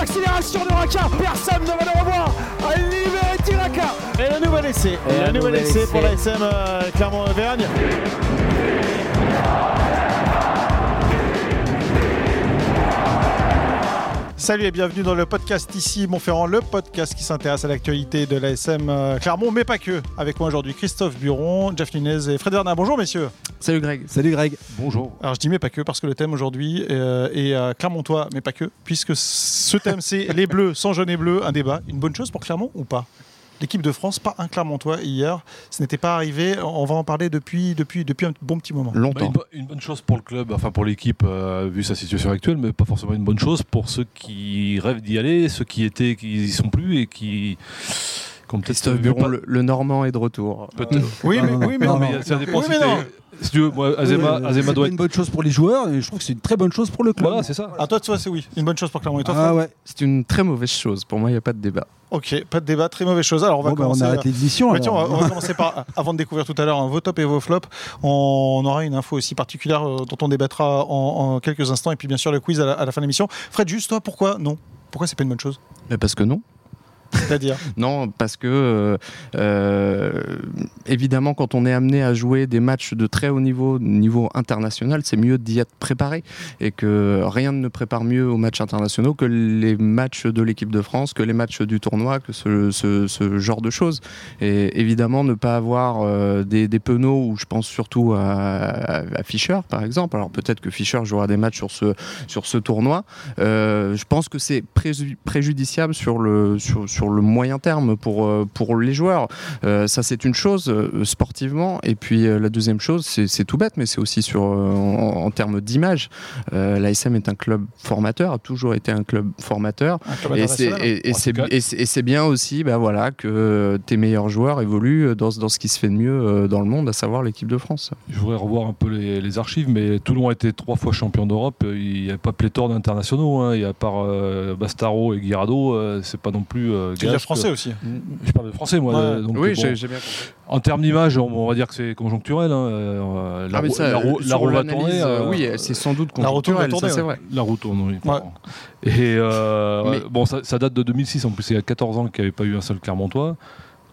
l'accélération de Raka. Personne ne va le revoir. Liberty Raka. Et le nouvel essai. Et le un nouvel nouvel essai essai. pour la SM euh, Clermont-Auvergne. Salut et bienvenue dans le podcast ici Montferrand, le podcast qui s'intéresse à l'actualité de l'ASM euh, Clermont, mais pas que. Avec moi aujourd'hui Christophe Buron, Jeff Nunez et Fred Verdun. Bonjour messieurs. Salut Greg. Salut Greg. Bonjour. Alors je dis mais pas que parce que le thème aujourd'hui euh, est euh, Clermontois, mais pas que, puisque ce thème c'est les bleus sans jaune et bleu, un débat. Une bonne chose pour Clermont ou pas L'équipe de France, pas un Clermontois hier, ce n'était pas arrivé, on va en parler depuis, depuis, depuis un bon petit moment. Bah, une, Longtemps. bo- une bonne chose pour le club, enfin pour l'équipe, euh, vu sa situation actuelle, mais pas forcément une bonne chose pour ceux qui rêvent d'y aller, ceux qui étaient, qui y sont plus et qui. comme euh, Christophe Buron, le, le Normand est de retour. Oui mais, oui, mais, Non, mais non, ça dépend Oui, si mais t'es- non. Si tu veux, moi, Azema, Euh, Azema c'est doit pas une être- bonne chose pour les joueurs et je trouve que c'est une très bonne Ah. chose pour le club. Voilà, c'est ça. À toi de soi, c'est oui. Une bonne chose pour Clermont et toi, ah Fred ouais. C'est une très mauvaise chose. Pour moi, il n'y a pas de débat. Ok, pas de débat, très mauvaise chose. Alors on Bon, va bah, on commencer. arrête l'édition. Ouais, tiens, on, alors. va, on va commencer par, avant de découvrir tout à l'heure hein, vos tops et vos flops, on aura une info aussi particulière euh, dont on débattra en, en quelques instants, et puis bien sûr le quiz à la, à la fin de l'émission. Fred, juste toi, pourquoi non Pourquoi c'est pas une bonne chose Mais parce que non. C'est-à-dire Non, parce que euh, euh, évidemment, quand on est amené à jouer des matchs de très haut niveau, niveau international, c'est mieux d'y être préparé et que rien ne prépare mieux aux matchs internationaux que les matchs de l'équipe de France, que les matchs du tournoi, que ce, ce- ce genre de choses. Et évidemment, ne pas avoir euh, des, des penauds où je pense surtout à, à- à Fischer, par exemple. Alors peut-être que Fischer jouera des matchs sur ce, sur ce tournoi, euh, je pense que c'est préju- préjudiciable sur le, sur, sur le moyen terme pour, euh, pour les joueurs. Euh, ça, c'est une chose euh, sportivement. Et puis, euh, la deuxième chose, c'est c'est tout bête, mais c'est aussi sur, euh, en, en termes d'image. Euh, L'ASM est un club formateur, a toujours été un club formateur. un club Et c'est- international et- et En c'est tout cas. et c'est- et c'est bien aussi bah, voilà, que tes meilleurs joueurs évoluent dans, ce- dans ce qui se fait de mieux euh, dans le monde, à savoir l'équipe de France. Je voudrais revoir un peu les, les archives, mais Toulon a été trois fois champion d'Europe. euh, Il n'y a pas pléthore d'internationaux. Hein. Et à part euh, Bastaro et Guirado, euh, c'est pas non plus. euh, Tu veux dire gage français aussi que- Je parle de français, moi. euh, Ouais. donc, bon. bien En termes d'image, on, on va dire que c'est conjoncturel. hein, euh, la Ah, mais roue- ça, la roue- sur la roue va l'analyse, tourner, euh, euh, oui, c'est sans doute la roue tourne, va conjoncturel, tourner, ça, c'est ouais. vrai. La roue tourne, oui. pardon. Et euh, Mais- bon, ça, ça date de 2006, en plus, c'est il y a 14 ans qu'il n'y avait pas eu un seul Clermontois.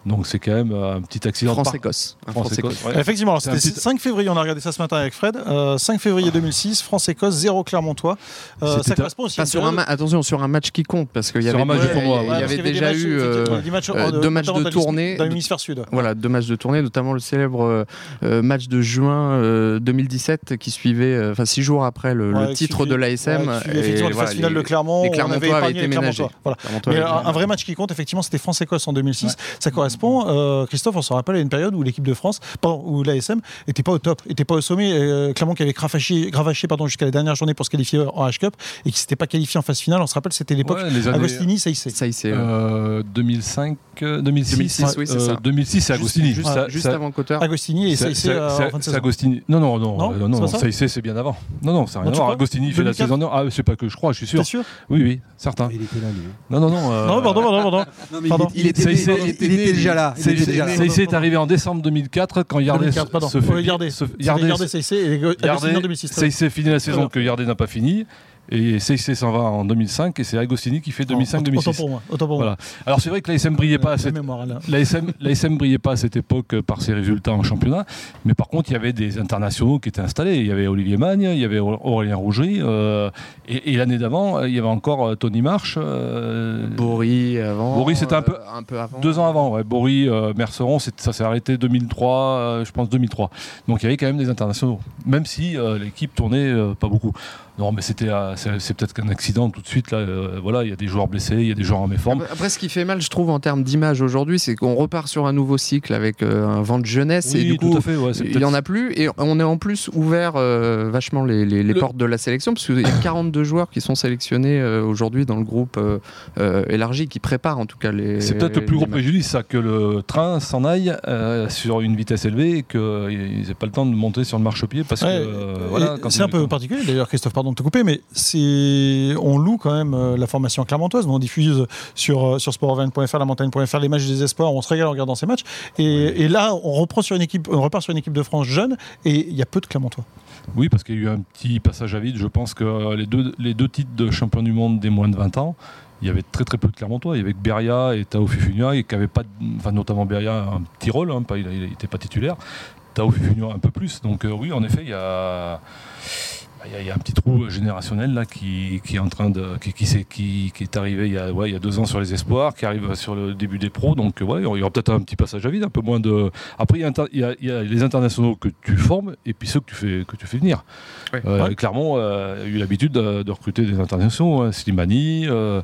Donc c'est quand même euh, un petit accident. de par- France-Écosse. Un France-Écosse. France-Écosse, ouais. Effectivement, alors C'est un c'était petit- 5 février, on a regardé ça ce matin avec Fred. euh, 5 février 2006, France-Écosse, 0 Clermontois. Euh, C'était ça un- correspond aussi à Ah. Pas une sur un période- ma- attention, sur un match qui compte, parce qu'il y Sur avait, un match du il y tournoi, avait- ouais. il y parce avait qu'il y déjà des matchs, eu euh, effectivement, des matchs, euh, euh, deux matchs notamment de dans l'hémis- tournée, Dans de- l'hémisphère sud. voilà, deux matchs de tournée, notamment le célèbre euh, euh, match de juin euh, 2017 qui suivait, euh, enfin six jours après le, le Ouais, qui titre suivait- de l'ASM. Ouais, qui suivait effectivement, Et les voilà, phases finales les- de Clermont, les on avait Clermontois avaient épargné été les ménagés. Clermontois. Voilà. Clermontois Mais avait un, été un vrai match qui compte, effectivement, c'était France-Écosse en 2006. Ça correspond, euh, Christophe, on se rappelle, à une période où l'équipe de France, pardon, où l'ASM n'était pas au top, n'était pas au sommet. Euh, Clermont qui avait cravaché, cravaché pardon, jusqu'à la dernière journée pour se qualifier en H-Cup et qui s'était pas qualifié en phase finale. On se rappelle, c'était l'époque Ouais, les années- Agostini, ça y est. Ça, il s'est- euh, 2005, euh, 2006, 2006, oui, c'est euh, ça. 2006, c'est juste- Agostini. Juste, Ça- euh, juste ça- avant Cotard. Agostini et ça- ça euh, ça- ça- c'est Agostini. Non, non, non, Non, euh, non, c'est non, pas ça ça, c'est bien avant. Non, non, ça n'a Non, rien à tu voir. crois Agostini fait la 2004. saison. d'avant. Ah, c'est pas que je crois, je suis sûr. T'es sûr Oui, oui, certain. Ah, Il était là, lui. Non, non, non. euh, Non, pardon, pardon, pardon. Non, il Pardon. il, était, Ça, il s'est- il était déjà là. Il C'est- était c'est- déjà là. c'est- c'est arrivé en décembre 2004 quand Yardé 2004, pardon. se fait. Ouais, Yardé. se- C'était Yardé- Yardé, ça y est, et Agostini en 2006. très bien. CIC finit la Alors. saison que Yardé n'a pas fini. Et CIC s'en va en 2005 et c'est Agostini qui fait Autant 2005-2006. pour moi. Autant pour moi. Voilà. Alors c'est vrai que l'ASM brillait pas à La cette mémoire, là. L'ASM l'ASM brillait pas à cette époque euh, par ses résultats en championnat, mais par contre, il y avait des internationaux qui étaient installés. Il y avait Olivier Magne, il y avait Aur- Aurélien Rougerie, euh, et, et l'année d'avant, euh, il y avait encore euh, Tony March, euh, Bory avant. Bory, c'était un peu- euh, un peu avant. deux ans avant. Ouais, Bory, euh, Merceron, c'est- ça s'est arrêté 2003, euh, je pense 2003. Donc il y avait quand même des internationaux, même si euh, l'équipe tournait euh, pas beaucoup. Non, mais c'était, euh, c'est, c'est peut-être qu'un accident tout de suite. Là, euh, voilà, il y a des joueurs blessés, il y a des joueurs en méforme. Après, après, ce qui fait mal, je trouve, en termes d'image aujourd'hui, c'est qu'on repart sur un nouveau cycle avec euh, un vent de jeunesse et Oui, du tout coup, à fait. ouais, c'est Il peut-être- n'y en a plus et on est en plus ouvert euh, vachement les, les- les Le- portes de la sélection parce qu'il y a 42 joueurs qui sont sélectionnés euh, aujourd'hui dans le groupe euh, euh, élargi qui prépare en tout cas les. C'est peut-être le plus les gros matchs. préjudice, ça, que le train s'en aille euh, sur une vitesse élevée et qu'ils n'aient pas le temps de monter sur le marche-pied parce que. Ouais, euh, et voilà, quand c'est un on- peu particulier d'ailleurs, Christophe, pardon pardon de te couper, mais c'est on loue quand même euh, la formation clermontoise. Nous, on diffuse sur, euh, sur sportevent.fr, la montagne.fr, les matchs des espoirs. On se régale en regardant ces matchs. Et, et là, on reprend sur une équipe, on repart sur une équipe de France jeune et il y a peu de clermontois. Oui, parce qu'il y a eu un petit passage à vide. Je pense que euh, les deux, les deux titres de champion du monde des moins de 20 ans, il y avait très très peu de Clermontois. Il y avait que Beria et Tao Fufunia, et qui avaient pas, de- enfin, notamment Beria, un petit rôle, hein, pas- il n'était pas titulaire. Tao Fufunia un peu plus. Donc euh, oui, en effet, il y a... Il y, a, il y a un petit trou générationnel là qui, qui est en train de qui, qui, s'est- qui- qui est arrivé il y, a, ouais, il y a deux ans sur les espoirs, qui arrive sur le début des pros. Donc ouais, il y aura peut-être un petit passage à vide, un peu moins de. Après il y, a inter- il y a- il y a les internationaux que tu formes et puis ceux que tu fais que tu fais venir. Ouais. Euh, Clermont euh, a eu l'habitude de, de recruter des internationaux, hein, Slimani, euh,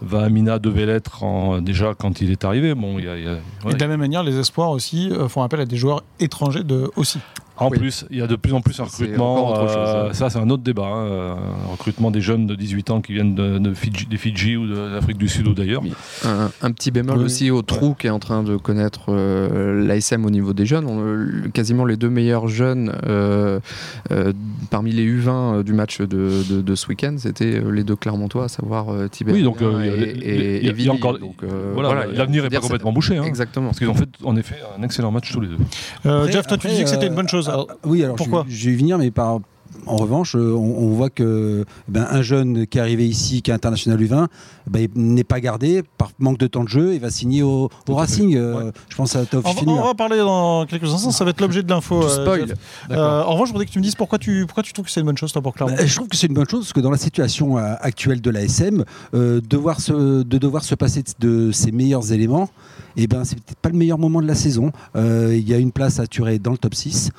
Vamina devait l'être en- déjà quand il est arrivé. Bon, il y a- il y a- ouais. Et de la même manière, les espoirs aussi euh, font appel à des joueurs étrangers de, aussi. En Oui. plus, il y a de plus en plus un C'est recrutement. encore autre chose, euh, hein. Ça, c'est un autre débat. hein, euh, un recrutement des jeunes de 18 ans qui viennent de, de Fidji- des Fidji ou de l'Afrique du Sud ou d'ailleurs. Oui. Un, un petit bémol Oui. aussi au trou qui est en train de connaître euh, l'ASM au niveau des jeunes. On, euh, quasiment les deux meilleurs jeunes euh, euh, parmi les U20 euh, du match de, de- de ce week-end, c'était euh, les deux Clermontois, à savoir euh, Thibert Oui, donc, euh, et, il y a- et- il y a- et il y a Vili. encore- Donc, euh, voilà, il y a- l'avenir n'est dire, pas complètement bouché. hein, Exactement. parce qu'ils ont fait, en effet, un excellent match tous les deux. Euh, Après- Jeff, toi, tu après, disais que c'était une euh, bonne chose. ah, oui, alors pourquoi je, je vais y venir, mais par, en revanche, euh, on, on voit que ben, un jeune qui est arrivé ici, qui est international U20, ben, il n'est pas gardé par manque de temps de jeu, il va signer au, au Racing. euh, Je pense à hein. Toff On va, on va en parler dans quelques instants, ça va être l'objet de l'info. Tu euh, spoil. Jeff. Euh, en revanche, je voudrais que tu me dises pourquoi tu, pourquoi tu trouves que c'est une bonne chose, toi, pour Clermont. Bah, je trouve que c'est une bonne chose parce que dans la situation euh, actuelle de l'ASM, euh, devoir se, de devoir se passer de, de ses meilleurs éléments, eh ben, c'est peut-être pas le meilleur moment de la saison. Euh, Il y a une place assurée dans le top 6.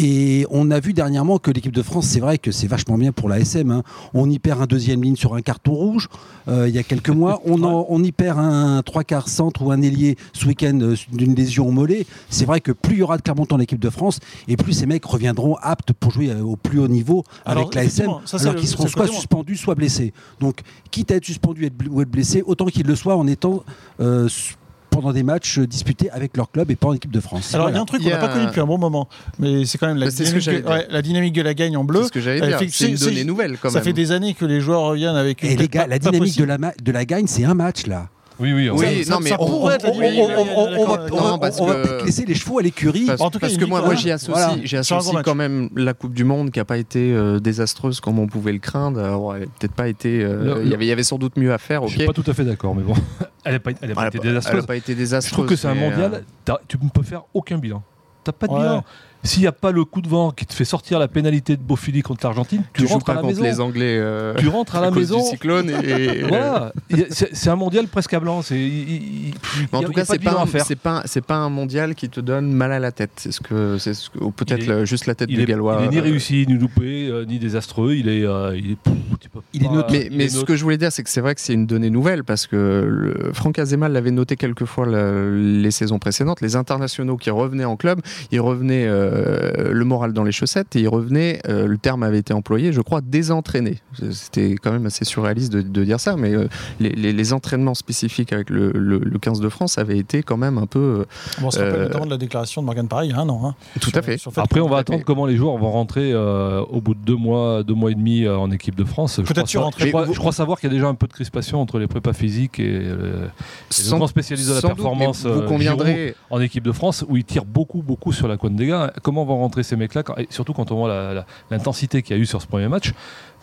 Et on a vu dernièrement que l'équipe de France, c'est vrai que c'est vachement bien pour l'ASM. hein. On y perd un deuxième ligne sur un carton rouge euh, il y a quelques mois. On, en- on y perd un trois quarts centre ou un ailier ce week-end euh, d'une lésion au mollet. C'est vrai que plus il y aura de Clermontois en équipe de France, et plus ces mecs reviendront aptes pour jouer euh, au plus haut niveau Alors, avec l'ASM, effectivement, ça, c'est alors le- qu'ils seront c'est le soit côté moins. suspendus, soit blessés. Donc, quitte à être suspendu et être- ou être blessé, autant qu'ils le soient en étant euh, s- pendant des matchs euh, disputés avec leur club et pas en équipe de France. Alors, il y a Voilà. un truc Il qu'on y n'a a pas connu un- depuis un bon moment, mais c'est quand même la, Bah, c'est ce que dynamique, j'allais dire. ouais, la dynamique de la gagne en bleu. C'est ce que j'allais Elle dire. fait- C'est une c'est- donnée c'est- nouvelle quand Ça même. fait des années que Eh, les joueurs reviennent avec une Et les tête gars, pas- la pas dynamique de possible. la, ma- de la gagne, c'est un match là. Oui, oui. hein, Oui, Ça- non, ça- mais ça on- pourrait être la on- dynamique. on- on- on- on va- Non, on va- parce on va que- peut-être laisser les chevaux à l'écurie. Parce, En tout cas, parce il que dit moi, que- moi voilà. j'y associe, Voilà. j'y C'est un associe gros match. quand même la Coupe du Monde qui n'a pas été euh, désastreuse comme on pouvait le craindre. Alors, elle a peut-être pas été. euh, Le- il y avait, il y avait sans doute mieux à faire. Je Ok. suis pas tout à fait d'accord, mais bon. Elle n'a pas, elle a pas Elle a été pas- elle a désastreuse. pas été Je trouve que c'est un désastreuse, mais, euh, mondial, t'as- tu ne peux faire aucun bilan. T'as pas de Ouais. bilan. S'il n'y a pas le coup de vent qui te fait sortir la pénalité de Beaufili contre l'Argentine, tu, tu joues rentres pas à la contre maison. les Anglais euh, Tu rentres à la cause maison. du cyclone et, euh, et- Voilà. Il y a- c'est c'est un mondial presque à blanc. C'est, il- il- il- Mais en il y a- tout il y cas, a c'est de bilan pas, à un- faire. c'est pas, c'est pas un mondial qui te donne mal à la tête. C'est ce que, c'est ce que- ou peut-être Il est- le- juste la tête Il du est, Gallois. il est ni euh, réussi, ni loupé, euh, ni désastreux. Il est, euh, il est, pff, tu peux Il est pas- neutre. Mais, il mais est ce neutre. que je voulais dire, c'est que c'est vrai que c'est une donnée nouvelle parce que le- Franck Azémal l'avait noté quelques fois la- les saisons précédentes. Les internationaux qui revenaient en club, ils revenaient euh, le moral dans les chaussettes et ils revenaient, euh, le terme avait été employé, je crois, désentraînés. C'était quand même assez surréaliste de, de dire ça, mais euh, les, les- les entraînements spécifiques avec le, le- le 15 de France avaient été quand même un peu. Bon, on se rappelle Euh, notamment de la déclaration de Morgan Parry il y a un an. hein, Tout sur- à fait. sur le fait Après, que- on va Mais- attendre comment les joueurs vont rentrer euh, au bout de deux mois, deux mois et demi euh, en équipe de France. Je Peut-être crois sur sa- entrée. Je crois, Mais vous- je crois savoir qu'il y a déjà un peu de crispation entre les prépas physiques et euh, et le grand spécialiste de la sans doute, mais performance Vous euh, Giroud, conviendrez. en équipe de France où ils tirent beaucoup, beaucoup sur la coin de dégâts. Comment vont rentrer ces mecs-là quand- et Surtout quand on voit la- la- l'intensité qu'il y a eu sur ce premier match.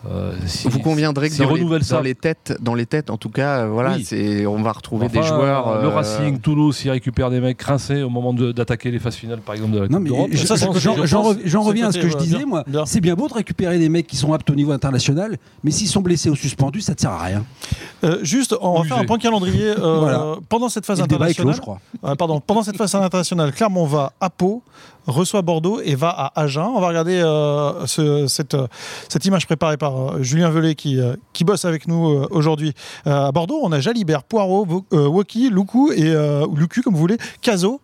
euh, si- Vous conviendrez que s'ils dans les, renouvellent ça- dans les têtes, dans les têtes, en tout cas, euh, voilà, Oui. c'est on va retrouver des Enfin, joueurs. Le euh, Racing, Toulouse, s'ils récupèrent des mecs rincés au moment de- d'attaquer les phases finales, par exemple, de la Non, Coupe mais d'Europe. je- Je j'en- c'est pense- que- j'en- je j'en pense rev- j'en que reviens à ce c'était, que je euh, disais, bien- moi. bien. C'est bien beau de récupérer des mecs qui sont aptes au niveau international, mais s'ils sont blessés ou suspendus, ça ne sert à rien. Ah. Euh, juste, on va faire un Musée. point calendrier. euh, Voilà. Pendant cette Et phase le débat est clos, internationale, je crois. Euh, pardon, pendant cette phase internationale, Clermont va à Pau, reçoit Bordeaux et va à Agen. On va regarder euh, ce- cette, euh, cette image préparée par euh, Julien Velay qui, euh, qui bosse avec nous euh, aujourd'hui. Euh, à Bordeaux, on a Jalibert, Poirot, Vo- euh, Woki, Loukou et euh, ou Lucu, comme vous voulez, Cazot.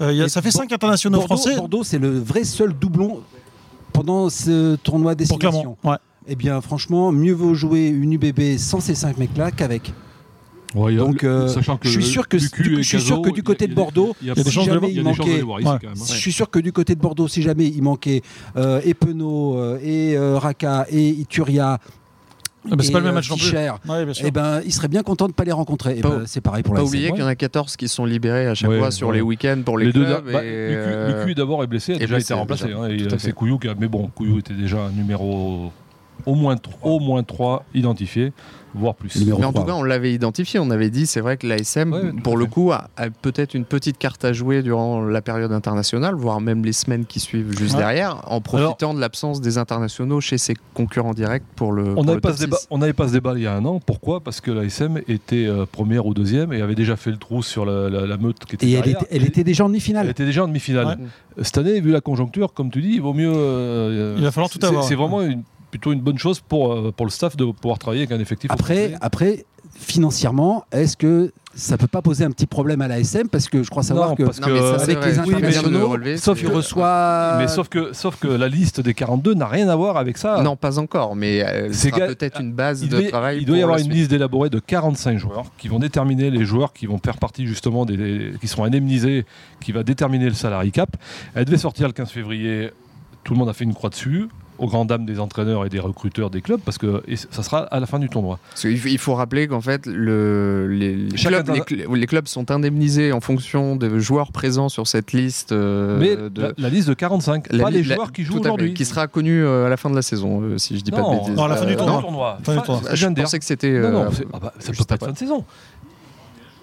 Euh, il y a- Et ça fait Bo- 5 internationaux Bordeaux, français Bordeaux, c'est le vrai seul doublon pendant ce tournoi pour Clermont. destination. Ouais. Eh bien, franchement, mieux vaut jouer une UBB sans ces 5 mecs-là qu'avec. Ouais, Donc, euh, sachant je suis sûr que- Lucu du- et je suis sûr Gazo, que du il y a- côté il y a de Bordeaux, il y a si des chances de le jamais voir- il y a il des chances de manquait- le voir ici, Ouais. quand même, hein. Je suis sûr que du côté de Bordeaux, si jamais il manquait euh, et Penaud, euh, et euh, Raka, et Ituria, Ah bah, c'est et, pas le euh, même match non plus. Fischer, Ouais, bien sûr. eh ben, il serait bien content de ne pas les rencontrer. Eh Pas ben, ou- c'est pareil pour la Pas SM. oublier qu'il y en a 14 qui sont libérés à chaque Ouais, fois sur ouais. les week-ends pour les, Les deux, clubs. bah, et, Lucu- euh, Lucu d'abord est blessé, a est déjà blessé, été remplacé. déjà. hein, et, Tout à euh, fait. c'est Couillou qui a- mais bon, Couillou était déjà un numéro au moins, tro- au moins 3 identifié, voire plus. Numéro- Mais en tout Trois. cas, on l'avait identifié. On avait dit, c'est vrai que l'ASM, Ouais, tout pour à le fait. coup, a, a peut-être une petite carte à jouer durant la période internationale, voire même les semaines qui suivent juste Ouais. derrière, en profitant de l'absence des internationaux chez ses concurrents directs pour le. On pour n'avait le pas, top ce débat- six. on n'avait pas ce débat il y a un an. Pourquoi Parce que la SM était euh, première ou deuxième et avait déjà fait le trou sur la, la- la meute qui était Et elle derrière. était, elle était déjà en Elle demi-finale. était déjà en demi-finale. Cette année, vu la conjoncture, comme tu dis, il vaut mieux. euh, Il va falloir tout c'est- avoir. C'est vraiment une- plutôt une bonne chose pour, euh, pour le staff de pouvoir travailler avec un effectif. Après, au après, financièrement, est-ce que ça peut pas poser un petit problème à la SM Parce que je crois savoir Non, que parce Non, mais ça, que- c'est avec vrai, les je viens de internationaux, le relever, sauf c'est- tu Euh, reçois. Mais sauf que, sauf que la liste des 42 n'a rien à voir avec ça. Non, pas encore, mais euh, Ah. C'est ce sera ga- peut-être une base Il, de devait- travail. il doit y pour avoir la une suite. liste élaborée de 45 joueurs qui vont déterminer les joueurs qui vont faire partie justement des, des- qui seront indemnisés, qui va déterminer le salary cap. Elle devait sortir le 15 février. Tout le monde a fait une croix dessus, aux grandes dames des entraîneurs et des recruteurs des clubs, parce que et c- ça sera à la fin du tournoi. Parce qu'il faut- il faut rappeler qu'en fait, le, les, les Chaque clubs, les, interna- cl- les clubs sont indemnisés en fonction des joueurs présents sur cette liste. euh, Mais de- la, la liste de 45, La pas li- les la- joueurs qui jouent tout à fait, aujourd'hui. Qui sera connu euh, à la fin de la saison, euh, si je dis pas de bêtises. non, à la fin du Euh, tournoi. non, Fin du tournoi. Fin- Je je viens de dire. pensais que c'était. Non, non, euh, c'est- ah bah, ça peut juste pas être après. fin de saison.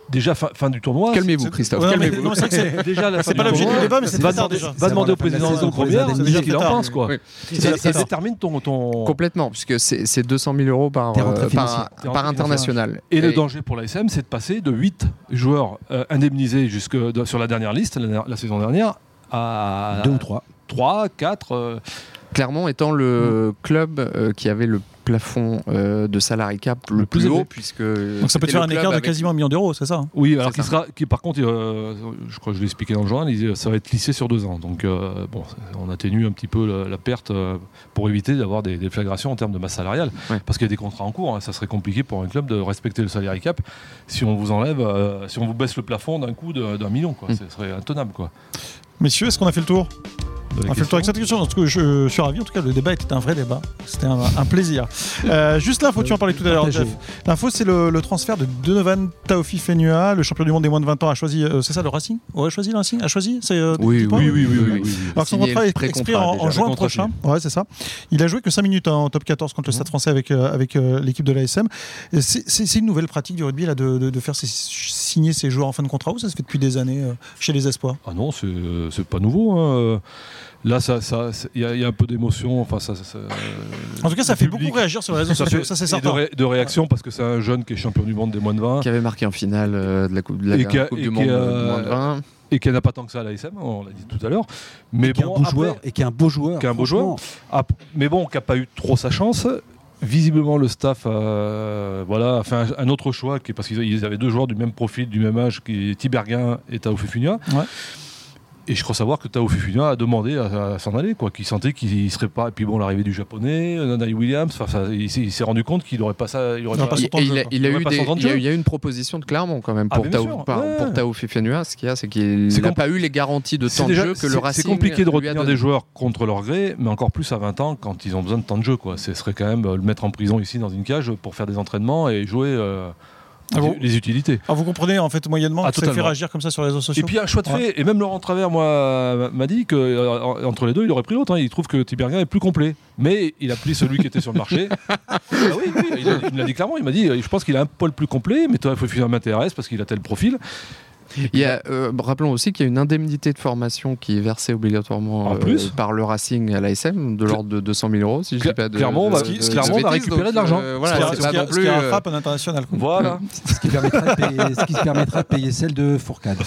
Déjà, fin, fin du tournoi. Calmez-vous, c'est- Christophe. Ouais, non, mais- calmez-vous. non, mais c'est vrai que c'est- c'est- Déjà, la fin C'est pas l'objet du tournoi. débat, mais c'est Va trop tard demander- déjà. Va demander au président de la saison pour les première indemniser. ce qu'il en pense, quoi. Oui. C'est Ça, la ça fin. détermine ton. ton- Complètement, puisque c'est c'est 200 000 euros par, Tes rentrées euh, financières. par, Tes rentrées par international. Et, le danger pour l'ASM, c'est de passer de 8 joueurs euh, indemnisés jusque de- sur la dernière liste, la, la saison dernière, à euh, Deux ou trois. 3, 4. Clermont étant Mm. le club euh, qui avait le plafond euh, de salary cap le, Le plus plus haut, élevé. puisque. Donc ça peut te c'était faire un le club écart de avec- quasiment un million d'euros, c'est ça hein Oui, alors qui ça. sera, qui, par contre, euh, je crois que je l'ai expliqué dans le journal, il- euh, ça va être lissé sur deux ans. Donc, euh, bon, on atténue un petit peu la, la perte euh, pour éviter d'avoir des, des flagrations en termes de masse salariale. Ouais. Parce qu'il y a des contrats en cours, hein, ça serait compliqué pour un club de respecter le salary cap si on vous enlève, euh, si on vous baisse le plafond d'un coup de- d'un million. Quoi. Mm. Ce serait intenable. Quoi. Messieurs, est-ce qu'on a fait le tour De la On a fait le tour Ah, question. avec cette question. En tout cas, je suis ravi. En tout cas, le débat était un vrai débat. C'était un, un plaisir. Euh, juste l'info, tu en parlais tout à l'heure, Partagez. Jeff. L'info, c'est le, le transfert de Donovan Taofi Fenua, le champion du monde des moins de 20 ans, a choisi. euh, c'est ça le Racing Ouais, a choisi le Racing A choisi c'est, euh, des petits Oui, points oui, oui, oui. oui, oui. Alors que son Signé contrat le est pré-contrat, expiré en, déjà, en le juin contrat prochain. Ouais, c'est ça. Il a joué que 5 minutes en top 14 contre le Mmh. Stade français avec, euh, avec euh, l'équipe de l'ASM. Et C'est c'est- c'est une nouvelle pratique du rugby là, de, de- de faire ses- signer ses joueurs en fin de contrat ou ça se fait depuis des années euh, chez les espoirs Ah non, c'est c'est pas nouveau. hein. Euh, Là, ça, ça, c'est- il y, a- il y a un peu d'émotion. Enfin, ça, ça- ça- En tout cas, ça Le fait public. beaucoup réagir sur les réseaux Ça sociaux, fait- ça c'est et certain. De, ré- de réaction parce que c'est un jeune qui est champion du monde des moins de 20 Qui avait marqué en finale euh, de la Coupe, de la Et qui a- coupe et du qui Monde a- euh, moins de 20. et qui n'a pas tant que ça à l'ASM, on l'a dit tout à l'heure. Mais Qui est un bon, beau après- joueur. Et qui est un beau joueur. Qui est un beau joueur. franchement. ap- mais bon, qui n'a pas eu trop sa chance. Visiblement, le staff euh, voilà, a fait un, un autre choix qui, parce qu'ils ils avaient deux joueurs du même profil, du même âge, qui est Tiberguin et Tao Fufunia. Ouais. Et je crois savoir que Tao Fufunia a demandé à, à s'en aller, quoi, qu'il sentait qu'il ne serait pas. Et puis bon, l'arrivée du japonais, euh, Nanaï Williams, enfin, ça, il, s'est- il s'est rendu compte qu'il n'aurait pas ça. Il aurait Il aurait pas- pas son Il, temps de et il jeu, a, quoi. il a Il eu aurait pas des- son temps de il y a jeu. eu- il y a eu une proposition de Clermont quand même Ah, pour bien Tao, sûr, par- ouais. pour Tao Fifenua. Ce qu'il y a, c'est qu'il C'est n'a compl- pas eu les garanties de C'est temps de déjà- jeu que c'est- le c'est Racing. compliqué de lui a retenir donné. des joueurs contre leur gré, mais encore plus à 20 ans quand ils ont besoin de temps de jeu. Quoi. Ce serait quand même euh, le mettre en prison ici dans une cage pour faire des entraînements et jouer euh, Ah bon les utilités. Alors vous comprenez en fait moyennement Ah, que ça fait totalement. réagir comme ça sur les réseaux Et sociaux. puis un choix de fait, et même Laurent Travers moi, m'a dit que euh, entre les deux, il aurait pris l'autre. hein. Il trouve que Tiberghien est plus complet. Mais il a pris celui qui était sur le marché. Ah oui, oui, il, a- il me l'a dit clairement. Il m'a dit, euh, je pense qu'il a un poil plus complet, mais toi, il faut finir m'intéresse parce qu'il a tel profil. Il y a, euh, rappelons aussi qu'il y a une indemnité de formation qui est versée obligatoirement euh, En plus par le Racing à l'ASM de l'ordre de 200 000 euros, si je Cla- dis pas de Clermont va- de- de- Clermont de va bêtises. récupérer de l'argent. euh, Ce qui voilà, a- c'est ce pas qui a- non ce qui plus. a un euh, frappe à l'international. quoi. Voilà. Ce qui permettra de payer- ce qui se permettra de payer celle de Fourcade.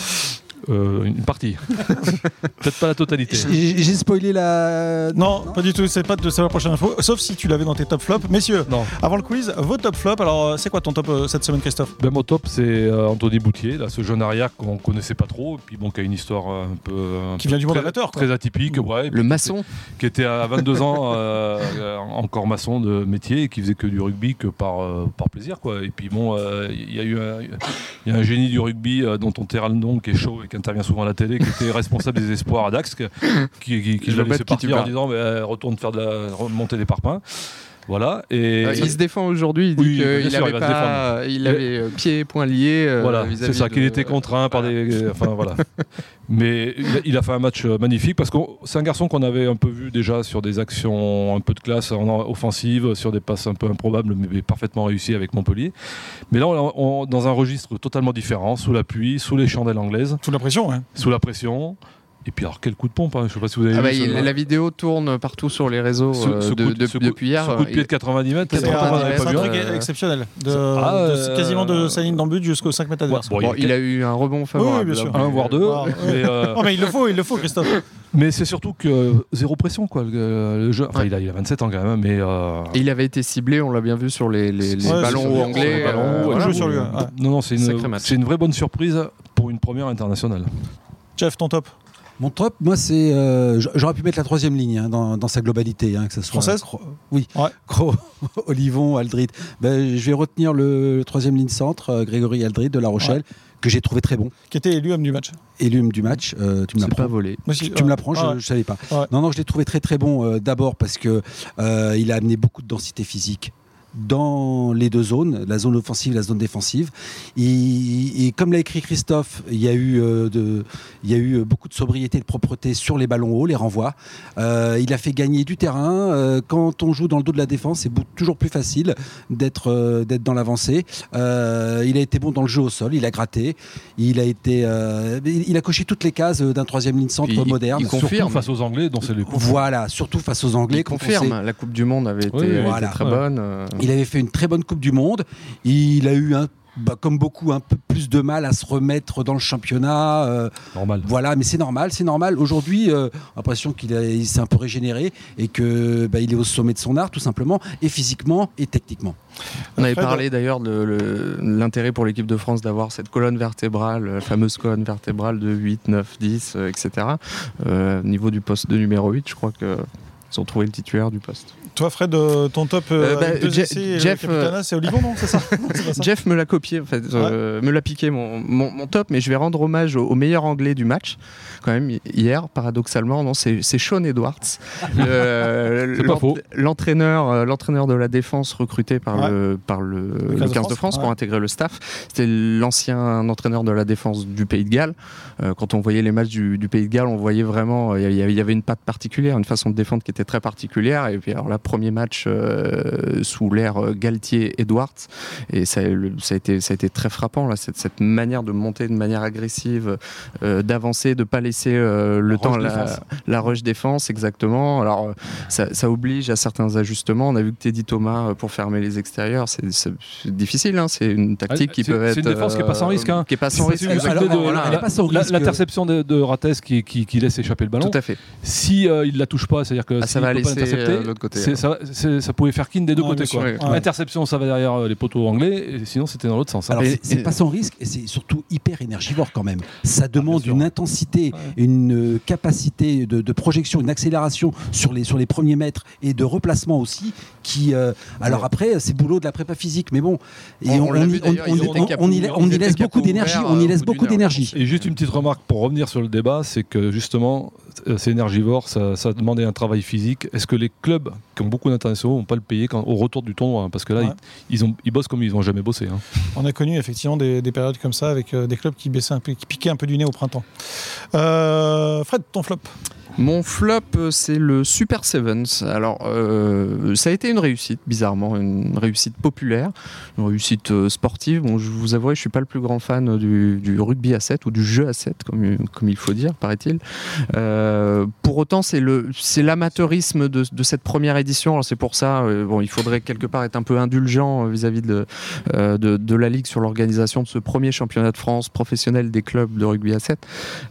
Euh, une partie. Peut-être pas la totalité. J'ai j'ai spoilé la. Non, pas du tout, c'est pas de c'est la prochaine info, sauf si tu l'avais dans tes top flops. Messieurs, Non. avant le quiz, vos top flops. Alors, euh, c'est quoi ton top euh, cette semaine, Christophe Ben, mon top, c'est euh, Anthony Boutier, là, ce jeune arrière qu'on connaissait pas trop, et puis bon, qui a une histoire euh, un peu. un Qui vient du monde très- amateur, quoi. Mm. Très atypique, ouais, et Le puis maçon, Qui était à 22 ans, euh, euh, encore maçon de métier, et qui faisait que du rugby que par, euh, par plaisir, quoi. Et puis bon, euh, il y a eu un, il y a un génie du rugby euh, dont on terre le nom, qui est chaud et qui intervient souvent à la télé, qui était responsable des espoirs à Dax, que- qui, qui, Je qui l'a le laissé bête qui tue partir en pas. disant, mais, euh, retourne faire de la, remonter des parpaings. Voilà. Et. euh, il se défend aujourd'hui. Il dit Oui, bien qu'il sûr, avait, il va se pas- il avait euh, pieds et poings liés. euh, voilà, vis-à-vis c'est ça, qu'il de- était contraint par des. euh, Enfin voilà. Mais il a, il a fait un match euh, magnifique parce que c'est un garçon qu'on avait un peu vu déjà sur des actions un peu de classe en offensive, sur des passes un peu improbables mais parfaitement réussies avec Montpellier. Mais là, on, on- dans un registre totalement différent, sous la pluie, sous les chandelles anglaises, Sous la pression, hein. sous la pression. Et puis alors, quel coup de pompe, hein, je sais pas si vous avez Ah bah, vu. ce- il- la vidéo tourne partout sur les réseaux ce- euh, ce de- coup de- de- ce coup- depuis hier. ce coup de pied de 90 mètres, C'est c'est un, pas- on euh, l'avait c'est pas un vu, truc hein. euh, exceptionnel. De, de- Ah, euh, quasiment de Saline dans le but jusqu'aux 5 mètres adverses. Bon, Bon, il y il a eu un rebond favorable. bien sûr. là, a un mais- voire deux. Voir, ouais. mais, euh, Oh, mais il le faut, il le faut, Christophe. Mais c'est surtout que euh, zéro pression, quoi. Le, le jeu. Enfin, Ouais. il, a, il a 27 ans quand même, hein, mais. euh, Et il avait été ciblé, on l'a bien vu sur les, les- les Ouais, ballons sur les- hauts sur les anglais. ballons euh, hauts, voilà. joue sur lui, ouais. Non, non, c'est Sacré une, match. c'est une vraie bonne surprise pour une première internationale. Jeff, ton top. Mon top, moi, c'est. euh, j- J'aurais pu mettre la troisième ligne hein, dans, dans sa globalité, hein, que ce soit. Française Cro- Oui. Ouais. Cro- Olivon, Aldrit. Ben, je vais retenir le, troisième ligne centre, euh, Grégory Aldrit de La Rochelle, que j'ai trouvé très bon. Qui était élu homme du match. Élu homme du match, euh, tu me C'est l'apprends. pas volé. Moi, si- Tu, tu me l'apprends, Ah, je ne savais pas. Ouais. Non, non, je l'ai trouvé très très bon euh, d'abord parce que euh, il a amené beaucoup de densité physique dans les deux zones, la zone offensive et la zone défensive. Il- et comme l'a écrit Christophe, il y, a eu, euh, de, il y a eu euh, beaucoup de sobriété et de propreté sur les ballons hauts, les renvois. Euh, il a fait gagner du terrain. Euh, quand on joue dans le dos de la défense, c'est bou- toujours plus facile d'être euh, d'être dans l'avancée. Euh, il a été bon dans le jeu au sol, il a gratté. Il a, été, euh, il il a coché toutes les cases euh, d'un troisième ligne centre Il- il- moderne. il confirme. Surtout face aux Anglais, dont c'est le coup. Voilà, surtout face aux Anglais. Il quand on confirme, sait- la Coupe du Monde avait été, Oui, avait été voilà. très Ouais. bonne. euh, Il avait fait une très bonne Coupe du Monde. Il a eu un. bah, comme beaucoup, un peu plus de mal à se remettre dans le championnat. euh, Normal. voilà, mais c'est normal, c'est normal. Aujourd'hui, euh, on a l'impression qu'il a- il s'est un peu régénéré et que bah, il est au sommet de son art, tout simplement, et physiquement et techniquement. Ah, On avait Fred. parlé d'ailleurs de le- l'intérêt pour l'équipe de France d'avoir cette colonne vertébrale, la fameuse colonne vertébrale de 8, 9, 10, euh, etc. Euh, au niveau du poste de numéro 8, je crois que. Ils ont trouvé le titulaire du poste. Toi, Fred, euh, ton top. euh, Euh, bah, avec deux Je- essais et le Jeff, euh, Capitana, c'est Olivon, non C'est ça Non, c'est pas ça Jeff me l'a copié, en fait, euh, me l'a piqué mon, mon- mon top, mais je vais rendre hommage au, au meilleur anglais du match, quand même, hi- hier, paradoxalement, non, c'est c'est Sean Edwards, le- C'est pas l'ent- faux. l'entraîneur euh, l'entraîneur de la défense recruté par Ouais. le par le, le 15 de France, pour ouais. intégrer le staff. C'était l'ancien entraîneur de la défense du Pays de Galles. Euh, quand on voyait les matchs du, du Pays de Galles, on voyait vraiment, euh, il y avait- il y avait une patte particulière, une façon de défendre qui était très particulière. Et puis alors là, premier match euh, sous l'ère euh, Galtier-Edwards, et ça, le- ça, a été, ça a été très frappant, là, cette, cette manière de monter de manière agressive, euh, d'avancer, de ne pas laisser euh, le La temps à rush la, défense. la rush défense, exactement. Alors, euh, ça, ça oblige à certains ajustements. On a vu que Teddy Thomas, euh, pour fermer les extérieurs, c'est c'est- c'est difficile, hein, c'est une tactique Ah, qui c'est- peut être. euh, c'est une défense qui est pas sans risque, hein. Qui est pas sans C'est risque, celui- Alors, celui de- alors, la- elle est pas sans la- risque. L'interception de, de Rates qui, qui, qui laisse échapper le ballon. Tout à fait. Si euh, il la touche pas, c'est-à-dire que Ah, s'il ça va peut pas laisser l'intercepter, euh, l'autre côté. c'est- ça, c'est- ça pouvait faire kin des deux Ouais, côtés. bien sûr, Quoi. ouais. Ouais. Interception, ça va derrière euh, les poteaux anglais, et sinon c'était dans l'autre sens. hein. Alors, Et- c'est- c'est et- Ah, pas sans risque et c'est surtout hyper énergivore quand même. Ça demande sûr. une intensité, une euh, capacité de, de projection, une accélération sur les, sur les premiers mètres et de replacement aussi. Qui, euh, alors après, c'est boulot de la prépa physique, mais bon, et On- on l'a y- vu d'ailleurs, on- ils on- étaient capes on y- ouverts, on y ils laisse étaient beaucoup capes d'énergie. ouverts, On euh, y au laisse bout beaucoup d'une heure. d'énergie. Et juste une petite remarque pour revenir sur le débat, c'est que justement, euh, c'est énergivore, ça, ça a demandé un travail physique. Est-ce que les clubs qui ont beaucoup d'internationaux vont pas le payer quand, au retour du tournoi hein Parce que là, Ouais. ils, ils ont, ils bossent comme ils n'ont jamais bossé. hein. On a connu effectivement des, des périodes comme ça avec euh, des clubs qui, baissaient un peu, qui piquaient un peu du nez au printemps. Euh, Fred, ton flop. Mon flop, euh, c'est le Super Sevens. Alors, euh, ça a été une réussite, bizarrement, une réussite populaire, une réussite euh, sportive. Bon, je vous avouerai, je suis pas le plus grand fan du, du rugby à 7 ou du jeu à 7, comme, comme il faut dire, paraît-il. Euh, pour autant, c'est le, c'est l'amateurisme de, de cette première édition. Alors, c'est pour ça, euh, bon, il faudrait quelque part être un peu indulgent euh, vis-à-vis de, euh, de, de la Ligue sur l'organisation de ce premier championnat de France professionnel des clubs de rugby à 7.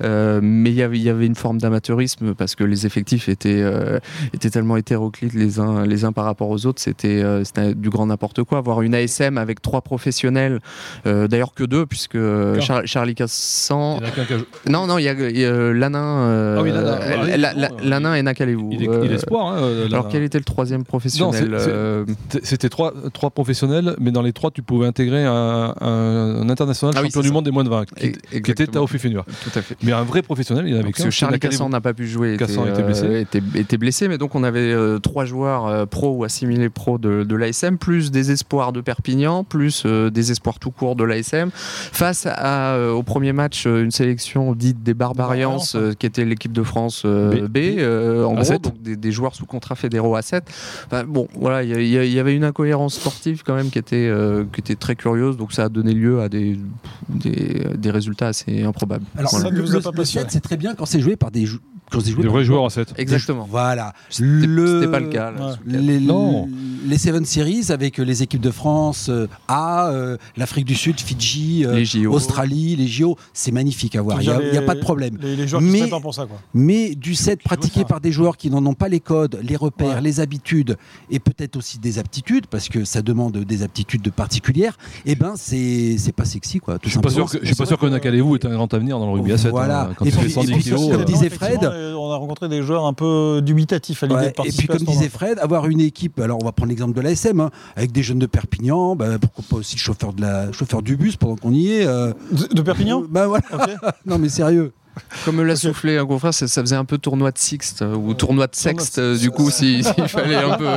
Euh, mais il y avait- il y avait une forme d'amateurisme parce que les effectifs étaient, euh, étaient tellement hétéroclites les uns, les uns par rapport aux autres. C'était euh, c'était du grand n'importe quoi. Avoir une ASM avec trois professionnels, euh, d'ailleurs que deux, puisque euh, D'accord. Char- Charlie Cassan. Il y en a qu'un qui a joué. Non, non, il y a, il y a Lanin, euh, Ah oui, Lanin. euh, Ah oui, la- la- bon, euh, Lanin et Nakalevou. Il est, Euh, il est espoir. hein, euh, alors là. quel était le troisième professionnel c'est- c'est- euh, T- C'était trois, trois professionnels, mais dans les trois, tu pouvais intégrer un, un- un international Ah oui, champion c'est du ça. monde des moins de 20, e- qui, qui était exactement. Tao Fifenua. Tout à fait. Mais un vrai professionnel, il y en avait Parce que qu'un. c'est euh, Charlie Nakalevou. Cassan n'a pas pu jouer, Cassan était blessé. était, était blessé, mais donc on avait euh, trois joueurs euh, pro ou assimilés pro de, de l'ASM, plus des espoirs de Perpignan, plus euh, des espoirs tout court de l'ASM, face à, euh, au premier match euh, une sélection dite des Barbarians, Barbarians, euh, qui était l'équipe de France euh, B- B, euh, en à gros, sept. donc des, des joueurs sous contrat fédéraux à 7. bon, voilà, il y a- il y, a- il y avait une incohérence sportive quand même qui était, euh, qui était très curieuse, donc ça a donné lieu à des, des, des résultats assez improbables. Alors, Voilà. ça le, ne vous a le- pas le passionné. set, c'est très bien quand c'est joué par des, jou- quand c'est joué Des par vrais joueurs à 7. des- Exactement. Voilà. C'était c'était pas le cas. là, ouais. sous le cas. Les, Non. les Seven Series avec euh, les équipes de France, euh, A, euh, l'Afrique du Sud, Fidji, euh, Les JO. Australie, les JO, c'est magnifique à voir. Il n'y a, il y a pas de problème. Les, les joueurs qui Mais- se préparent pour ça, quoi. Mais du set pratiqué ça. par des joueurs qui n'en ont pas les codes, les repères, Ouais. les habitudes et peut-être aussi des aptitudes, parce que ça demande des aptitudes de particulières, eh ben c'est c'est pas sexy quoi. Tout Je suis pas sûr simplement. que, je suis pas sûr que Nakalevu ait un grand avenir dans le rugby à 7. Voilà. Quand Et il puis- fait et 110 puis, kilos. comme euh, disait effectivement, Fred- euh, on a rencontré des joueurs un peu dubitatifs à l'idée Ouais, de et participer puis à comme ce tournoi. disait Fred, avoir une équipe, alors on va prendre l'exemple de l'ASM, hein, avec des jeunes de Perpignan, bah, pourquoi pas aussi le chauffeur, de la, chauffeur du bus pendant qu'on y est. euh, de, de Perpignan Bah voilà, Ok. non mais sérieux. Comme me l'a Ok. soufflé un confrère, ça, ça faisait un peu tournoi de sixte euh, ou tournoi de sexte, euh, du coup, si- s'il fallait un peu.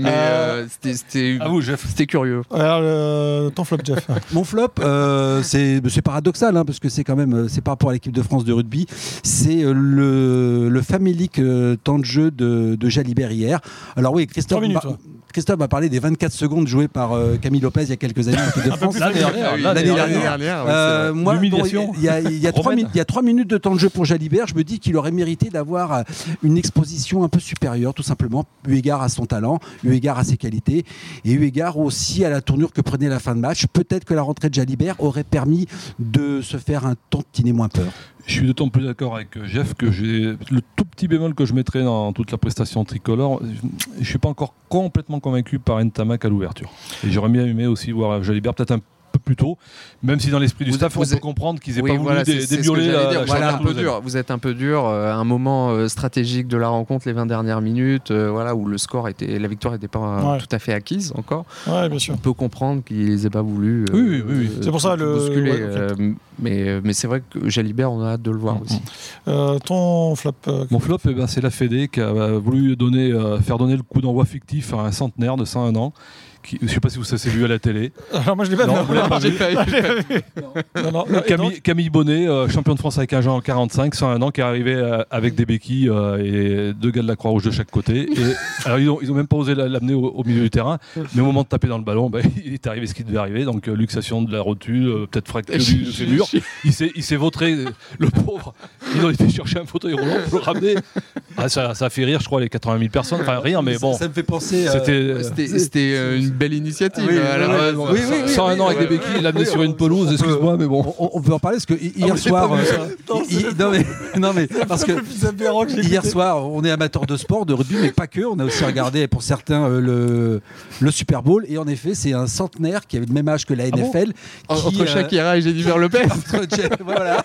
Mais euh, c'était- c'était À vous, Jeff. c'était curieux. Alors, euh, ton flop, Jeff. Mon flop, euh, c'est c'est paradoxal, hein, parce que c'est quand même, euh, c'est par rapport à l'équipe de France de rugby, c'est euh, le, le famélique euh, temps de jeu de, de Jalibert hier. Alors oui, Christophe, Trois minutes, m'a- ouais. Christophe m'a parlé des 24 secondes jouées par euh, Camille Lopez il y a quelques années en Ah, équipe de France. L'année Ah dernière, l'année L'année dernière. dernière. ouais, c'est Euh, vrai. moi, bon, L'humiliation. il y a- il y a trois Romaine. minutes- il y a trois minutes de temps de jeu pour Jalibert. Je me dis qu'il aurait mérité d'avoir euh, une exposition un peu supérieure, tout simplement, eu égard à son talent, eu égard à ses qualités, et eu égard aussi à la tournure que prenait la fin de match. Peut-être que la rentrée de Jalibert aurait permis de se faire un tantinet moins peur. Je suis d'autant plus d'accord avec euh, Jeff que j'ai le tout petit bémol que je mettrais dans toute la prestation tricolore. Je- Je suis pas encore complètement convaincu par Ntamak à l'ouverture. Et j'aurais bien aimé aussi voir Jalibert peut-être un peu plus tôt, même si dans l'esprit du Vous- staff, vous on peut êtes- comprendre qu'ils aient Oui, pas voulu voilà, c'est- dé- c'est ce que débioler j'allais la, dire. Voilà, la un championnat peu toulousaine. dur. Vous êtes un peu dur euh, à un moment euh, stratégique de la rencontre, les 20 dernières minutes, euh, voilà, où le score était, la victoire n'était pas euh, Ouais. tout à fait acquise encore. Ouais, bien sûr. on peut comprendre qu'ils n'aient pas voulu. euh, Oui, oui, oui, oui. euh, C'est pour ça, tout le- bousculer, ouais, ok. euh, mais euh, mais c'est vrai que Jalibert, on a hâte de le voir Mm, aussi. Euh, ton flop. euh, Mon flop, eh ben, c'est la Fédé qui a euh, voulu donner, euh, faire donner le coup d'envoi fictif à un centenaire de 101 ans. Qui, je ne sais pas si vous ça s'est vu à la télé. Alors, moi, je l'ai pas Non, vu. vous l'avez pas vu. Non, non, Euh, et donc- Euh, Camille, Camille Bonnet, euh, champion de France avec un genre en 45, 101 ans, qui est arrivé euh, avec des béquilles euh, et deux gars de la Croix-Rouge de chaque côté. Et, alors, ils n'ont ils ont même pas osé la- l'amener au, au milieu du terrain, mais au moment de taper dans le ballon, bah, il est arrivé ce qui devait arriver. Donc, euh, luxation de la rotule, euh, peut-être fracture du du fémur. Il s'est il s'est vautré, euh, le pauvre. Ils ont été chercher un fauteuil roulant pour le ramener. Ah, ça, ça a fait rire, je crois, les 80 000 personnes. Enfin, rire, mais bon. me fait penser. C'était. C'était c'était, euh, une belle initiative. Oui, à la oui, base. oui, oui, oui. 101 ans avec des béquilles, l'amener sur une pelouse, excuse-moi, mais bon. On, on peut en parler parce que hi- hier soir. euh, hi- hi- non, mais, non, mais parce que hier soir, on est amateur de sport, de rugby, mais pas que. On a aussi regardé pour certains euh, le, le Super Bowl. Et en effet, c'est un centenaire qui avait le même âge que la bon NFL. En- qui, Entre euh, Shakira et Jennifer Lopez. entre Jeff- voilà.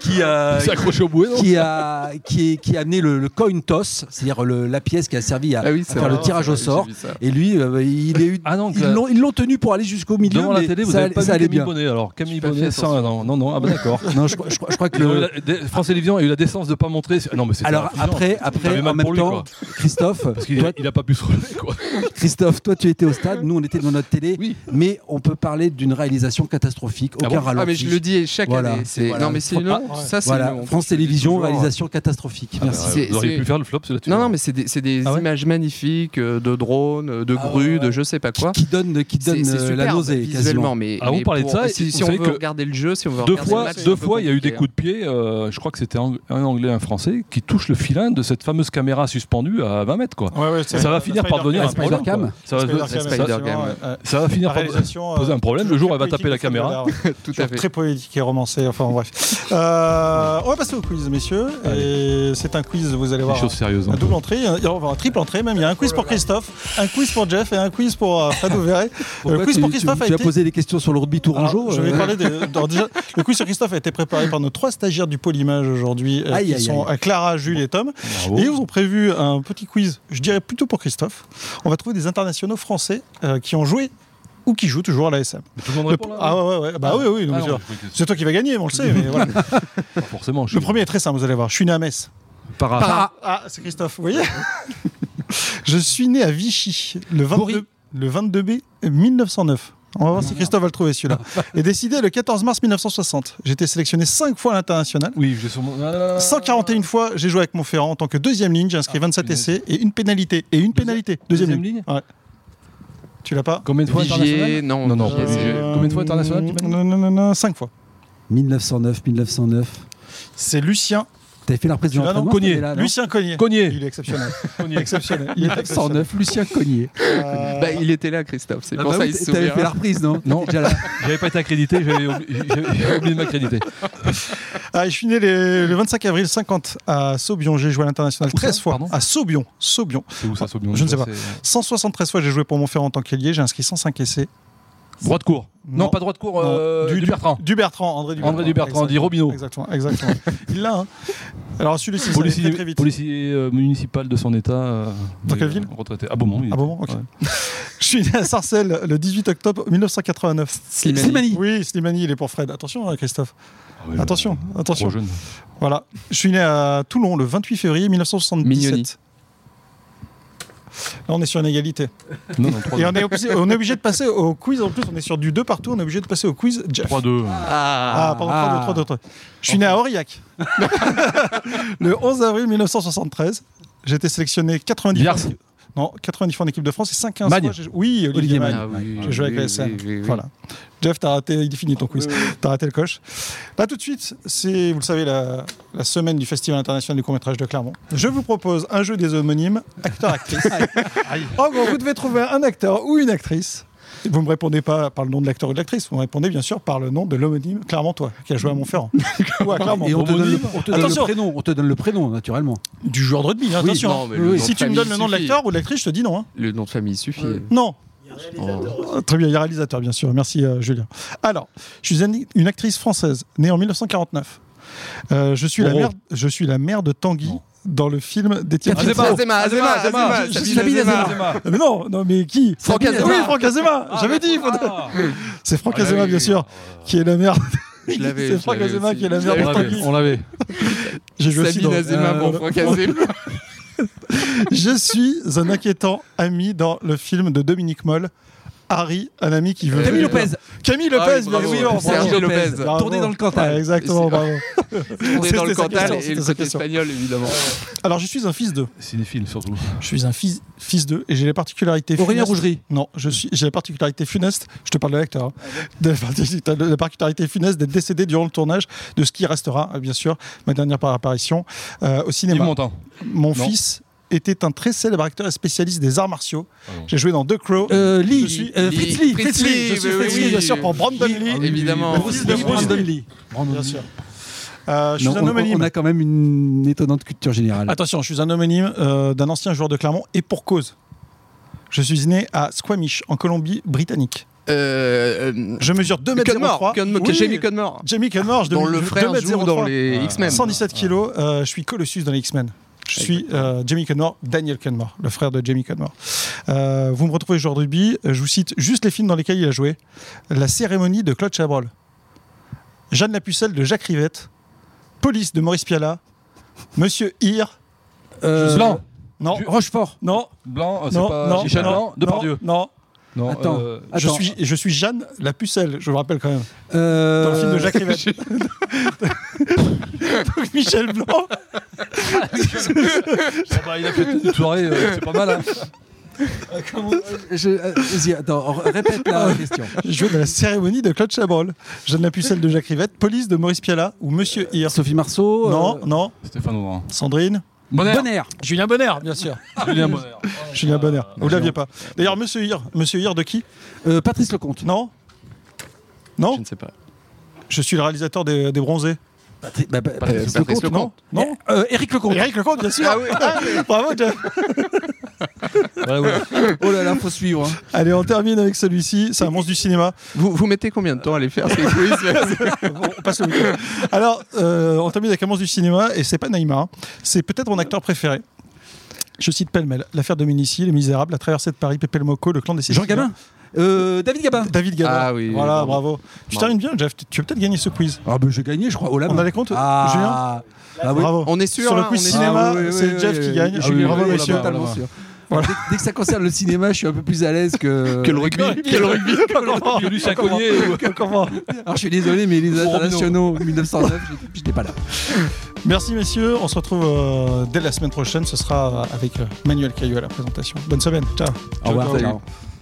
qui, euh, C'est accroché au bouet, non qui a qui, qui a amené le, le coin toss, c'est-à-dire le- la pièce qui a servi à, Ah oui, à c'est faire vrai, le tirage c'est au vrai, sort. j'ai vu ça. Et lui, euh, il est eu- Ah non, ils l'ont ils l'ont tenu pour aller jusqu'au milieu. devant la mais télé, vous ça n'avez pas allait- ça vu allait Camille bien. Bonnet alors. Camille pas fait Bonnet, ça, non, non, non, ah bah d'accord. Non, je, crois- je crois- je crois que Ils ont eu le, la- des- France Télévisions a eu la décence de pas montrer. Ah Non, mais c'est alors après après T'avais en mal même pour lui, temps, quoi. Christophe, Parce qu'il toi, a, il a pas pu se relever, quoi. Christophe, toi tu étais au stade, nous on était dans notre télé, Oui. mais on peut parler d'une réalisation catastrophique, aucun bon ralenti. Ah mais je le dis chaque Voilà, année. c'est- c'est- voilà, non mais c'est c'est long. pas. Ça, c'est Voilà, long. France Je te dis Télévisions, toujours, réalisation catastrophique. Ah bah, Merci. C'est- vous auriez c'est- pu faire le flop, c'est là-dessus. Non, non, mais c'est des, c'est des Ah ouais images magnifiques euh, de drones, euh, de Ah grues, ouais, ouais. de je sais pas bah, quoi. Qui donne, qui C'est- donne c'est euh, la superbe nausée visuellement, mais, Ah, vous mais parlez de pour- ça, et Si, vous si on savez veut que regarder le jeu, si on veut Deux regarder le fois, match, c'est deux un peu fois, il y a eu des compliqué, coups de pied. euh, je crois que c'était un, un anglais, un français, qui touche le filin de cette fameuse caméra suspendue à 20 mètres, quoi. Ouais, ouais, Ça c'est- va finir par devenir un Spider problème. Cam. quoi. Ça va- Spider ça- Cam, Spider effectivement, Cam. ouais. ça va finir La par réalisation, poser euh, un problème. Le toujours jour, elle va très taper la politique, caméra. Fabien Lard. hein. Tout à Genre fait. Très poétique et romancé, enfin bref. Euh, on va passer au quiz, messieurs. Et c'est un quiz, vous allez Des voir. choses sérieuses. hein. Un double entrée, un, enfin, un triple entrée même. Il y a un quiz pour Christophe, un quiz pour Jeff et un quiz pour euh, Fred Ouveret. Le Pourquoi quiz tu, pour tu- Christophe a tu as été. posé des questions sur le rugby Alors, Tourangeau. je vais euh, parler des- alors, déjà, le quiz sur Christophe a été préparé par nos trois stagiaires du Polymage aujourd'hui, euh, Aïe, qui aïe, sont euh, Clara, Jules et Tom. Bravo. Et ils ont prévu un petit quiz, je dirais plutôt pour Christophe. On va trouver des internationaux français euh, qui ont joué ou qui jouent toujours à la SM. Tout le monde répond là. Ah ouais, ouais, ouais. Bah oui, oui, non, Ah mais non, sûr. je crois que c'est toi qui vas gagner, mais on le sait. Mais voilà. c'est pas Forcément. je Le suis- premier est très simple, vous allez voir. Je suis né à Metz. Par hasard. Ah, c'est Christophe, vous voyez Je suis né à Vichy le 22, le 22 mai 1909. On va voir Ah. si Christophe va le trouver celui-là. Et décidé le 14 mars 1960. J'ai été sélectionné 5 fois à l'international. Oui, j'ai sûrement. Ah, là, là, là. 141 fois, j'ai joué avec Montferrand en tant que deuxième ligne. J'ai inscrit Ah, 27 punaise. essais et une pénalité. Et une pénalité. Deuxième, deuxième ligne. ligne Ouais. Tu l'as pas Euh, Combien de fois Vigier, international non, Non, non, Vigier, pas Vigier. c'est- Euh, Combien de fois international, tu m'as dit Non, non, non, non, 5 fois. 1909, 1909. C'est Lucien. T'avais fait la reprise de Tu l'as, non l'entraînement Cognier. t'étais là, non Lucien Cognier. Cognier. Il est exceptionnel. Cognier. exceptionnel. Il est exceptionnel. 1909, Lucien Cognier. Euh, Bah, il était là, Christophe. C'est Ah pour bah ça oui, il se T'avais fait la souvient. reprise, non Non. Déjà là. J'avais pas été accrédité, j'avais oublié, j'avais oublié de m'accréditer. Ah, je suis né les- le 25 avril 50 à Saubion. J'ai joué à l'international Où ça, 13 fois. pardon à Saubion. Saubion. C'est où Mmh, ça, Saubion Je ne sais pas. C'est- 173 fois, j'ai joué pour Montferrand en tant qu'ailier. J'ai inscrit 105 essais. Droit de cours. Non, Non. pas droit de cours. Non. euh, Du- Du Bertrand. Du Bertrand, André Dubertrand. André Dubertrand, on dit Robineau. Exactement, exactement. Il l'a. hein. Alors, celui-ci, ça allait très, très Policier, vite. policier, euh, municipal de son état. euh, Dans des- quelle ville Retraité. À Beaumont. il Ah était. bon, ok. Ouais. Je suis né à Sarcelles le 18 octobre 1989. Slimani. Oui, Slimani, il est pour Fred. Attention, hein, Christophe. Ah ouais, attention, Trop attention. jeune. Voilà. Je suis né à Toulon le 28 février 1977. Mignoni. Là, on est sur une égalité. Non, non, 3 Et on est, obligé, on est obligé de passer au quiz. En plus, on est sur du 2 partout. On est obligé de passer au quiz Jeff. 3-2. Ah, Ah, pardon, 3, 2, 3, 2, 3. Je suis né à Aurillac. le 11 avril 1973, j'ai été sélectionné 90 Biars. fois. Non, 90 fois en équipe de France et 5 Magne. fois. j'ai- Oui, Olivier Olivier Magne. Ah oui, J'ai joué avec oui, la oui, SN. oui, oui, oui. Voilà. Jeff, t'as raté, il est fini ton quiz. T'as raté le coche. Là, tout de suite, c'est, vous le savez, la, la semaine du Festival international du court-métrage de Clermont. Je vous propose un jeu des homonymes, acteur-actrice. en gros, vous devez trouver un acteur ou une actrice. Vous ne me répondez pas par le nom de l'acteur ou de l'actrice, vous me répondez bien sûr par le nom de l'homonyme Clermontois, qui a joué à Montferrand. ou à Clermont. Et on te donne le- Robineau. on te donne le Attention. prénom, on te donne le prénom, naturellement. Du joueur de rugby, hein, Oui, attention. non, mais le Oui. nom de si tu me famille donnes le nom de suffit. l'acteur ou de l'actrice, je te dis non. hein. Le nom de famille suffit. Non, Oh. Oh, Très bien, il y a réalisateur, bien sûr. Merci, euh, Julien. Alors, je suis une- une actrice française, née en 1949. Euh, je, suis la Moreau. mère, je suis la mère de Tanguy Non. dans le film d'Étienne Azema. Fitro. Azema, Azema, Azema, Azema, Sabine Sabine Azema. Mais non, non, mais qui Franck Ah, Sabine- Azema. Oui, Franck Azema J'avais dit il faudrait- C'est Franck Ah, Azema, bah oui, bien oui, sûr, qui est la mère. Je l'avais. C'est je Franck l'avais Azema aussi. qui est la Je mère de l'avais. On l'avait, on l'avait. J'ai joué aussi Sabine dans- Azema, euh, bon, Franck Azema. Je suis un inquiétant ami dans le film de Dominique Moll. Harry, un ami qui veut. Camille Lopez, Camille Lopez, Ah oui, bien bravo. sûr. Sergio bravo. Lopez. Bravo. Tournée dans le Cantal. Ah Ouais, exactement, C'est- bravo. On est dans C'était le sa Cantal question, et c'était le sa côté question. espagnol, évidemment. Alors, je suis un fils d'eux. Cinéphile surtout. Je suis un fils, fils d'eux et j'ai les particularités Aurélien funestes- Rougerie. Non, je suis- j'ai la particularité funeste, je te parle de l'acteur, hein, de la parti- de la particularité funeste d'être décédé durant le tournage de ce qui restera, euh, bien sûr, ma dernière par- apparition euh, au Yves cinéma. Montand. Mon Non. fils était un très célèbre acteur et spécialiste des arts martiaux. non. J'ai joué dans The Crow. Ah Euh, Lee, je suis euh, Lee. Fritz Fritz Lee, Fritz Lee, je Lee, suis oui, Fritz oui, Lee, bien oui. sûr, pour Brandon Lee. Évidemment. Ah, Euh, Le fils de Bruce Brandon Lee. Lee. Bien sûr. Euh, je suis Non, un on, on homonyme. a quand même une étonnante culture Mm. générale. Attention, je suis un homonyme euh, d'un ancien joueur de Clermont et pour cause. Je suis né à Squamish, en Colombie-Britannique. Euh, euh, Je mesure 2 mètres Cudmore, 03. Cudmore, que Oui, Jamie Cudmore. Jamie Cudmore, je Dont le mesure frère 2 mètres joue 03. dans les Ah. X-Men. 117 kilos, euh, je suis Colossus dans les X-Men. Je suis euh, Jamie Cudmore, Daniel Cudmore, le frère de Jamie Cudmore. Euh, vous me retrouvez joueur de rugby. Je vous cite juste les films dans lesquels il a joué. La cérémonie de Claude Chabrol. Jeanne la Pucelle de Jacques Rivette. Police de Maurice Pialat. Monsieur Hir. Euh, Blanc. Non. Du- Rochefort. Non. Blanc, euh, c'est Non, pas non, Michel non, Blanc, non, Depardieu. Non. Non, Attends. euh, Je Attends. suis, je suis Jeanne la pucelle, je vous rappelle quand même. Dans le film de Euh, Jacques Rivette. Donc Michel Blanc. ah bah, il a fait une soirée, euh, c'est pas mal. hein. je- euh, vas-y, attends, r- répète la question. Il jouait dans la cérémonie de Claude Chabrol. Jeanne la pucelle de Jacques Rivette, Police de Maurice Pialat ou Monsieur Hir. Sophie Marceau. euh, Non, non. Stéphane Audran. Sandrine. Bonheur. Bonner. Julien Bonner, Ah, bien sûr. Julien Bonheur. Julien Bonner. Vous l'aviez pas. D'ailleurs, Monsieur Hir. Monsieur Hir de qui Euh, Patrice Lecomte. Non Je Non ne sais pas. Je suis le réalisateur des, des bronzés. Patri- bah, bah, Patrice Patrice Lecomte, Lecomte. non Non Euh, Éric Lecomte. Eric Lecomte, bien sûr. Bravo, Jeff. Ouais, ouais. Oh là là, faut suivre. hein. Allez, on termine avec celui-ci. C'est un monstre du cinéma. Vous, vous mettez combien de temps à les faire ces quiz On passe le week-end. Alors, euh, on termine avec un monstre du cinéma, et c'est pas Naïma, hein. c'est peut-être mon acteur préféré. Je cite pêle-mêle L'affaire Dominici, Les Misérables, La Traversée de Paris, Pépé le Moco, Le Clan des Siciliens. Jean Gabin. Euh, David Gabin. David Gabin. Ah oui, Voilà, oui, bravo. Tu Bravo. termines bien, Jeff. Tu- Tu vas peut-être gagner ce quiz. Ah ben j'ai gagné, je crois. Oh là On là. a les comptes, Ah, ah oui. Bravo. On est sûr, Sur le hein, quiz on est cinéma, Ah oui, oui, c'est oui, Jeff oui, qui oui. gagne. Je Ah oui, suis oui, vraiment oui, messieurs. totalement Voilà. sûr. Voilà. Dès, dès que ça concerne le cinéma, je suis un peu plus à l'aise que... Que le rugby Que le rugby. Comment Puis Lucien Collier. ou- Comment Alors je suis désolé, mais les Ou Romano. internationaux 1909, j'étais- j'étais pas là. Merci messieurs, on se retrouve euh, dès la semaine prochaine, ce sera avec euh, Manuel Caillou à la présentation. Bonne semaine, ciao. Au revoir. Ciao, ciao. ciao.